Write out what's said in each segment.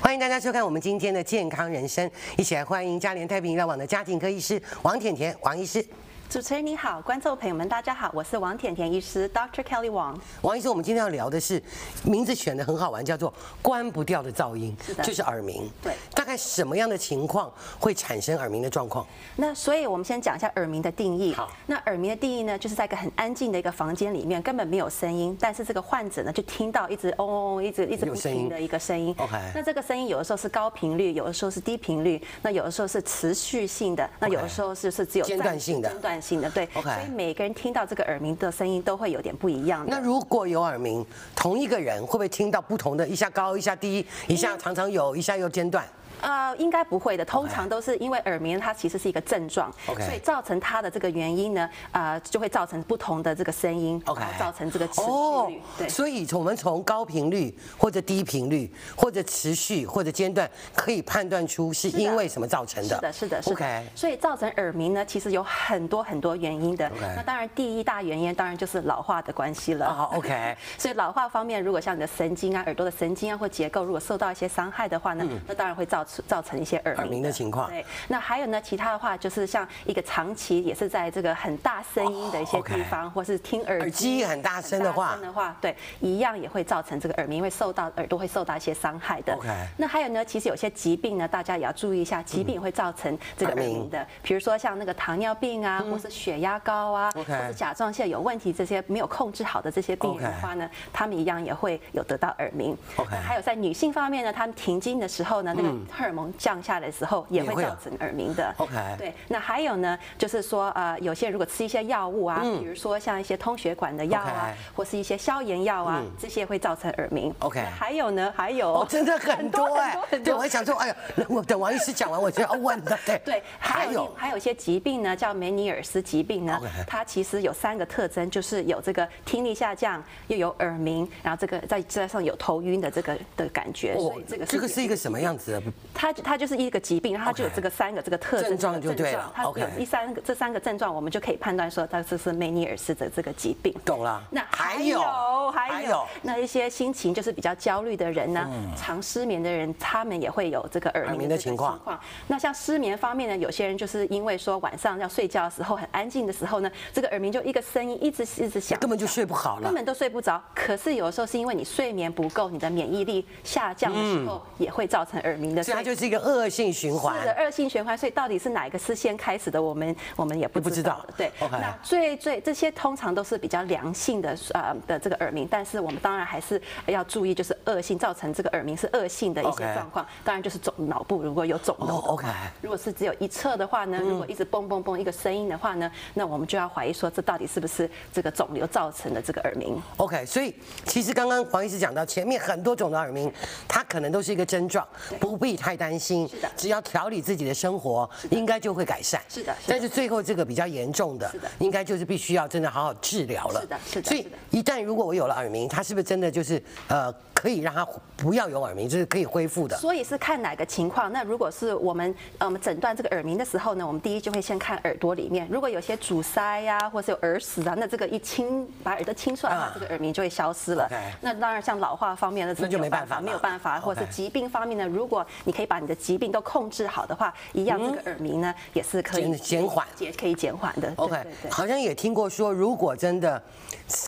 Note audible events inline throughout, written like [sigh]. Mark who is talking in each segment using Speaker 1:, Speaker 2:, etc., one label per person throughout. Speaker 1: 欢迎大家收看我们今天的健康人生，一起来欢迎嘉联太平医疗网的家庭科医师王甜甜王医师。
Speaker 2: 主持人你好，观众朋友们大家好，我是王甜甜医师 Dr. Kelly Wang。
Speaker 1: 王医生，我们今天要聊的是名字选的很好玩，叫做“关不掉的噪音”，
Speaker 2: 是的
Speaker 1: 就是耳鸣。
Speaker 2: 对
Speaker 1: 大概什么样的情况会产生耳鸣的状况？
Speaker 2: 那所以我们先讲一下耳鸣的定义。
Speaker 1: 好
Speaker 2: 那耳鸣的定义呢，就是在一个很安静的一个房间里面，根本没有声音，但是这个患者呢就听到一直嗡嗡嗡，一直一直
Speaker 1: 有
Speaker 2: 不
Speaker 1: 声音
Speaker 2: 停的一个声音。
Speaker 1: 哦 OK
Speaker 2: 那这个声音有的时候是高频率，有的时候是低频率，那有的时候是持续性的，那有的时候是是只有
Speaker 1: 间断性的
Speaker 2: 间断性的，对。
Speaker 1: OK
Speaker 2: 所以每个人听到这个耳鸣的声音都会有点不一样的。
Speaker 1: 那如果有耳鸣，同一个人会不会听到不同的？一下高，一下低，一
Speaker 2: 嗯
Speaker 1: 下常常有，一下又间断。
Speaker 2: 呃，应该不会的，通常都是因为耳鸣它其实是一个症状
Speaker 1: OK
Speaker 2: 所以造成它的这个原因呢，呃，就会造成不同的这个声音
Speaker 1: OK
Speaker 2: 然后造成这个持续率。对，
Speaker 1: 哦所以从我们从高频率或者低频率或者持续或者间断，可以判断出是
Speaker 2: 的
Speaker 1: 因为什么造成的。
Speaker 2: 是的，是的，是的。
Speaker 1: OK，
Speaker 2: 所以造成耳鸣呢，其实有很多很多原因的。
Speaker 1: OK
Speaker 2: 那当然，第一大原因当然就是老化的关系了。
Speaker 1: 啊，OK
Speaker 2: 所以老化方面，如果像你的神经啊、耳朵的神经啊或结构，如果受到一些伤害的话呢，那当然会造出造成一些耳鸣
Speaker 1: 嗯耳鸣的情况
Speaker 2: 对，那还有呢，其他的话就是像一个长期也是在这个很大声音的一些
Speaker 1: 哦，OK
Speaker 2: 地方，或是听耳
Speaker 1: 耳机很大声的话
Speaker 2: 很大声的话，对，一样也会造成这个耳鸣，会受到耳朵会受到一些伤害的。
Speaker 1: OK
Speaker 2: 那还有呢，其实有些疾病呢，大家也要注意一下，疾病也会造成这个
Speaker 1: 耳
Speaker 2: 耳
Speaker 1: 鸣
Speaker 2: 鸣的，比如说像那个糖尿病啊，或是血压高啊，
Speaker 1: 嗯
Speaker 2: 或
Speaker 1: OK
Speaker 2: 是甲状腺有问题这些没有控制好的这些病人的
Speaker 1: OK
Speaker 2: 话呢，他们一样也会有得到耳鸣。
Speaker 1: OK 嗯
Speaker 2: 那还有在女性方面呢，她们停经的时候呢，那个荷尔蒙降下来的时候也
Speaker 1: 也
Speaker 2: 会
Speaker 1: 会有
Speaker 2: 造成耳鸣的。
Speaker 1: OK
Speaker 2: 对，那还有呢，就是说呃，有些人如果吃一些药物啊，比如说像一些通血管的药啊
Speaker 1: 嗯 OK，嗯
Speaker 2: 或是一些消炎药啊，这些会造成耳鸣。
Speaker 1: OK
Speaker 2: 那还有呢，还有 [laughs]
Speaker 1: 哦，真的很多哎、
Speaker 2: 很
Speaker 1: 对，
Speaker 2: 多
Speaker 1: 我还想说，哎呀，我等王医师讲完，我就要问的。对，
Speaker 2: [laughs]
Speaker 1: [laughs]
Speaker 2: 对，还有另
Speaker 1: 有
Speaker 2: 还有一些疾病呢，叫梅尼尔斯疾病呢
Speaker 1: OK，
Speaker 2: 它其实有三个特征，就是有这个听力下降，又有耳鸣，然后这个再加上有头晕的这个的感觉，所以这个
Speaker 1: 哦这个是一个什么样子的？
Speaker 2: 它它就是一个疾病，它就有
Speaker 1: OK
Speaker 2: 这个三个这个特征
Speaker 1: 症状就对了
Speaker 2: 它有
Speaker 1: OK
Speaker 2: 第三个这三个症状，我们就可以判断说它这是梅尼尔斯的这个疾病。
Speaker 1: 懂了。
Speaker 2: 那还
Speaker 1: 有嗯
Speaker 2: 有还有那一些心情就是比较焦虑的人呢，常失眠的人，他们也会有这个耳
Speaker 1: 耳鸣
Speaker 2: 鸣
Speaker 1: 的
Speaker 2: 的
Speaker 1: 情
Speaker 2: 情
Speaker 1: 况
Speaker 2: 况。那像失眠方面呢，有些人就是因为说晚上要睡觉的时候很安静的时候呢，这个耳鸣就一个声音一直一直响，
Speaker 1: 根本就睡不好了
Speaker 2: 根。本都睡不着。可是有的时候是因为你睡眠不够，你的免疫力下降的时
Speaker 1: 嗯
Speaker 2: 候，也会造成耳鸣的。
Speaker 1: 所以它就是一个恶性循环
Speaker 2: 是。的，恶性循环，所以到底是哪一个是先开始的，我们我们也不
Speaker 1: 不知
Speaker 2: 知道
Speaker 1: 道。
Speaker 2: 对
Speaker 1: OK
Speaker 2: 那最最这些通常都是比较良性的呃的这个耳鸣，但是我们当然还是要注意，就是恶性造成这个耳鸣是恶性的一些
Speaker 1: OK
Speaker 2: 状况当然就是肿脑部如果有肿
Speaker 1: 哦嗯
Speaker 2: 瘤的
Speaker 1: ，OK
Speaker 2: 话如果是只有一侧的话呢，如果一直蹦蹦蹦一个声音的话呢，那我们就要怀疑说这到底是不是这个肿瘤造成的这个耳鸣。
Speaker 1: OK，所以其实刚刚黄医师讲到，前面很多种的耳鸣，它可能都是一个症状，不必太担心
Speaker 2: 是的，
Speaker 1: 只要调理自己的生活，应该就会改善。
Speaker 2: 是的是的
Speaker 1: 但是最后这个比较严重的
Speaker 2: 是的，
Speaker 1: 应该就是必须要真的好好治疗了。
Speaker 2: 是的是的
Speaker 1: 所以
Speaker 2: 是的
Speaker 1: 一旦如果我有了耳鸣，它是不是真的就是呃可以让它不要有耳鸣，就是可以恢复的？
Speaker 2: 所以是看哪个情况。那如果是我们呃我们诊断这个耳鸣的时候呢，我们第一就会先看耳朵里面，如果有些阻塞呀、或是有耳屎啊，那这个一清把耳朵清出来的话
Speaker 1: 啊，
Speaker 2: 这个耳鸣就会消失了
Speaker 1: OK。
Speaker 2: 那当然像老化方面呢，
Speaker 1: 那就没办法了
Speaker 2: 没有办法，
Speaker 1: OK
Speaker 2: 或是疾病方面呢，如果你可以把你的疾病都控制好的话，一样这个耳鸣呢也是可以
Speaker 1: 嗯减减缓
Speaker 2: 也可以减缓的。对
Speaker 1: OK，
Speaker 2: 对对
Speaker 1: 好像也听过说，如果真的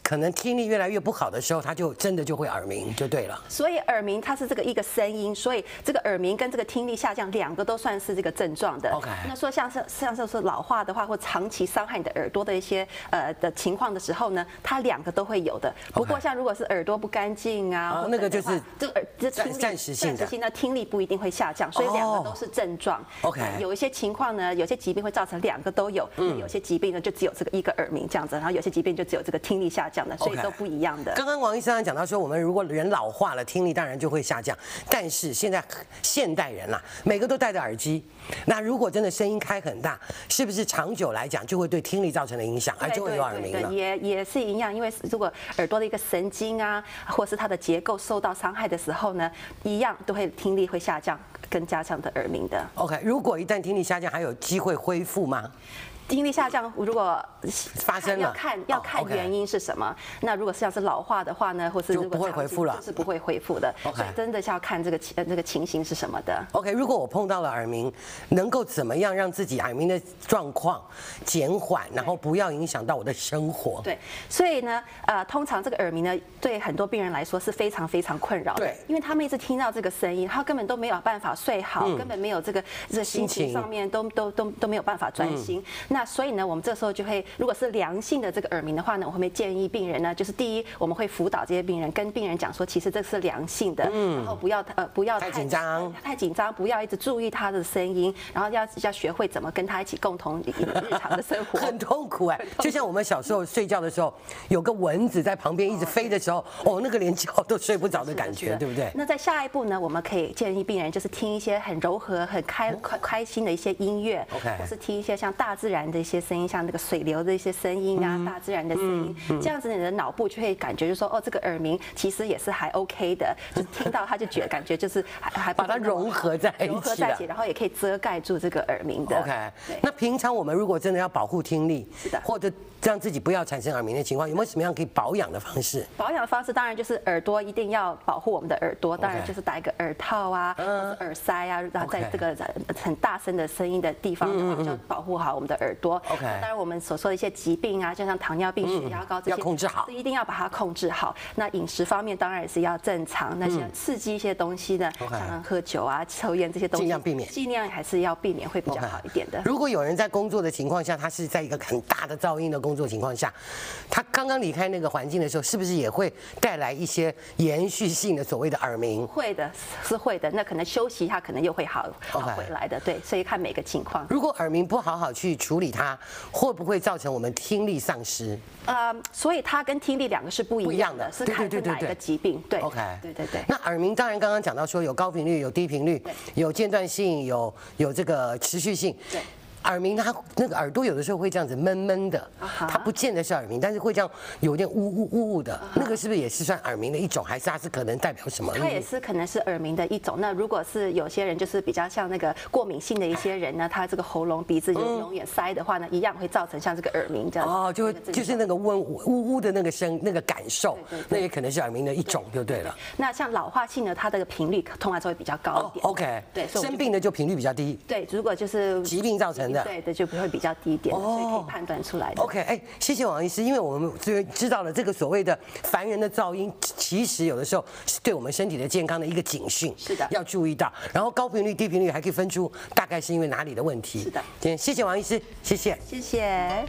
Speaker 1: 可能听力越来越不好的时候，它就真的就会耳鸣，就对了。
Speaker 2: 所以耳鸣它是这个一个声音，所以这个耳鸣跟这个听力下降两个都算是这个症状的。
Speaker 1: OK
Speaker 2: 那说像是像是说老化的话，或长期伤害你的耳朵的一些呃的情况的时候呢，它两个都会有的。不过像如果是耳朵不干净啊，
Speaker 1: 哦
Speaker 2: 或者
Speaker 1: 那个
Speaker 2: 的话
Speaker 1: 就是
Speaker 2: 这耳这听力
Speaker 1: 暂暂时性的
Speaker 2: 暂时性的听力不一定会下降，所以两
Speaker 1: 哦
Speaker 2: 个都是症状。
Speaker 1: OK 嗯
Speaker 2: 那有一些情况呢，有些疾病会造成两个都有，那有些疾病呢就只有这个一个耳鸣这样子，然后有些疾病就只有这个听力下降的，所以
Speaker 1: OK
Speaker 2: 都不一样的。
Speaker 1: 刚刚王医生讲到说，我们如果人老化了，听力当然就会下降。但是现在现代人啦、每个都戴着耳机，那如果真的声音开很大，是不是长久来讲就会对听力造成了影响，而
Speaker 2: 对
Speaker 1: 就哎会有耳鸣
Speaker 2: 对对
Speaker 1: 了
Speaker 2: 对？也也是一样，因为如果耳朵的一个神经啊，或是它的结构受到伤害的时候呢，一样都会听力会下降，跟加上的耳鸣的。
Speaker 1: OK，如果一旦听力下降，还有机会恢复吗？
Speaker 2: 听力下降如果呃
Speaker 1: 发生了
Speaker 2: 要看要
Speaker 1: 哦
Speaker 2: 看
Speaker 1: ，OK
Speaker 2: 原因是什么。那如果是像是老化的话呢，或是
Speaker 1: 就
Speaker 2: 如果
Speaker 1: 不会
Speaker 2: 长
Speaker 1: 恢
Speaker 2: 期
Speaker 1: 复了
Speaker 2: 就是不会恢复的。
Speaker 1: OK
Speaker 2: 所以真的是要看这个情呃这个情形是什么的。
Speaker 1: OK，如果我碰到了耳鸣，能够怎么样让自己耳鸣的状况减缓，然后不要影响到我的生活？
Speaker 2: 对，所以呢，呃，通常这个耳鸣呢，对很多病人来说是非常非常困扰的，
Speaker 1: 对
Speaker 2: 因为他们一直听到这个声音，他根本都没有办法睡好，根本没有这个这个心
Speaker 1: 嗯心
Speaker 2: 情
Speaker 1: 情嗯
Speaker 2: 上面都都都都没有办法专心。那所以呢，我们这时候就会，如果是良性的这个耳鸣的话呢，我们会建议病人呢，就是第一，我们会辅导这些病人，跟病人讲说，其实这是良性的，然后不要呃不要
Speaker 1: 嗯太紧张
Speaker 2: 太紧张，不要一直注意他的声音，然后要要学会怎么跟他一起共同日日常的生
Speaker 1: [laughs]
Speaker 2: 活。
Speaker 1: 很痛苦哎、就像我们小时候睡觉的时候，有个蚊子在旁边一直飞的时候，哦，那个连觉都睡不着的感
Speaker 2: 是
Speaker 1: 觉，
Speaker 2: 的
Speaker 1: 对不对？
Speaker 2: 那在下一步呢，我们可以建议病人就是听一些很柔和、很开开开心的一些音乐
Speaker 1: 哦 OK
Speaker 2: 或是听一些像大自然的一些声音，像那个水流的一些声音
Speaker 1: 嗯
Speaker 2: 啊，大自然的声音，这样子你的脑部就会感觉就说，哦，这个耳鸣其实也是还 OK 的，就听到它就觉感觉就是还还不
Speaker 1: 把它融合在一起了
Speaker 2: 融合在一起，然后也可以遮盖住这个耳鸣的。
Speaker 1: OK，
Speaker 2: 对
Speaker 1: 那平常我们如果真的要保护听力
Speaker 2: 的，
Speaker 1: 或者让自己不要产生耳鸣的情况，有没有什么样可以保养的方式？
Speaker 2: 保养的方式当然就是耳朵一定要保护我们的耳朵，当然就是戴一个耳套啊，或是耳塞啊，然后
Speaker 1: 嗯 OK
Speaker 2: 在
Speaker 1: 嗯
Speaker 2: 这个很大声的声音的地方的话，就要保护好我们的耳朵。
Speaker 1: OK 嗯
Speaker 2: 那当然我们所说的一些疾病啊，就像糖尿病、血压高这些，
Speaker 1: 要控制好
Speaker 2: 这一定要把它控制好。那饮食方面当然也是要正常，那些刺激一些东西的，
Speaker 1: OK
Speaker 2: 像喝酒啊、抽烟这些东西，
Speaker 1: 尽量避免
Speaker 2: 尽量还是要避免会比较
Speaker 1: OK
Speaker 2: 好一点的。
Speaker 1: 如果有人在工作的情况下，他是在一个很大的噪音的工作情况下，他刚刚离开那个环境的时候，是不是也会带来一些延续性的所谓的耳鸣？
Speaker 2: 会的，是会的。那可能休息一下，可能又会好好
Speaker 1: OK
Speaker 2: 回来的。对，所以看每个情况。
Speaker 1: 如果耳鸣不好好去处理它，会不会造成我们听力丧失？
Speaker 2: 呃，所以它跟听力两个是不
Speaker 1: 不一
Speaker 2: 一
Speaker 1: 样
Speaker 2: 样
Speaker 1: 的
Speaker 2: 的，是
Speaker 1: 对
Speaker 2: 看
Speaker 1: 对
Speaker 2: 是
Speaker 1: 对
Speaker 2: 哪一
Speaker 1: 对
Speaker 2: 个疾病。对
Speaker 1: OK 嗯
Speaker 2: 对对对。
Speaker 1: 那耳鸣当然刚刚讲到说有高频率、有低频率
Speaker 2: 对，
Speaker 1: 有间断性、有有这个持续性。
Speaker 2: 对。
Speaker 1: 耳鸣它那个耳朵有的时候会这样子闷闷的
Speaker 2: 啊哈啊
Speaker 1: 它不见得是耳鸣，但是会这样有点呜呜呜呜的那个是不是也是算耳鸣的一种？还是它是可能代表什么？
Speaker 2: 它也是可能是耳鸣的一种。那如果是有些人就是比较像那个过敏性的一些人呢，他这个喉咙、鼻子就永远塞的话呢，一样会造成像这个耳鸣这样。
Speaker 1: 嗯哦，就会就是那个嗡呜呜的那个声那个感受
Speaker 2: 对对，
Speaker 1: 那也可能是耳鸣的一种就对了。
Speaker 2: 那像老化性呢，它的频率通常是会比较高
Speaker 1: 哦
Speaker 2: 一点。
Speaker 1: ，OK，
Speaker 2: 对所以我们
Speaker 1: 生
Speaker 2: 就
Speaker 1: 病的就频率比较低，
Speaker 2: 对，如果就是
Speaker 1: 疾病造成的。
Speaker 2: 对对，就不会比较低一点，所以可
Speaker 1: 哦
Speaker 2: 以判断出来的。
Speaker 1: OK，哎，谢谢王医师，因为我们最知道了这个所谓的烦人的噪音，其实有的时候是对我们身体的健康的一个警讯，
Speaker 2: 是的
Speaker 1: 要注意到。然后高频率、低频率还可以分出大概是因为哪里的问题。
Speaker 2: 是的
Speaker 1: 今天谢谢王医师，谢谢。
Speaker 2: 谢谢。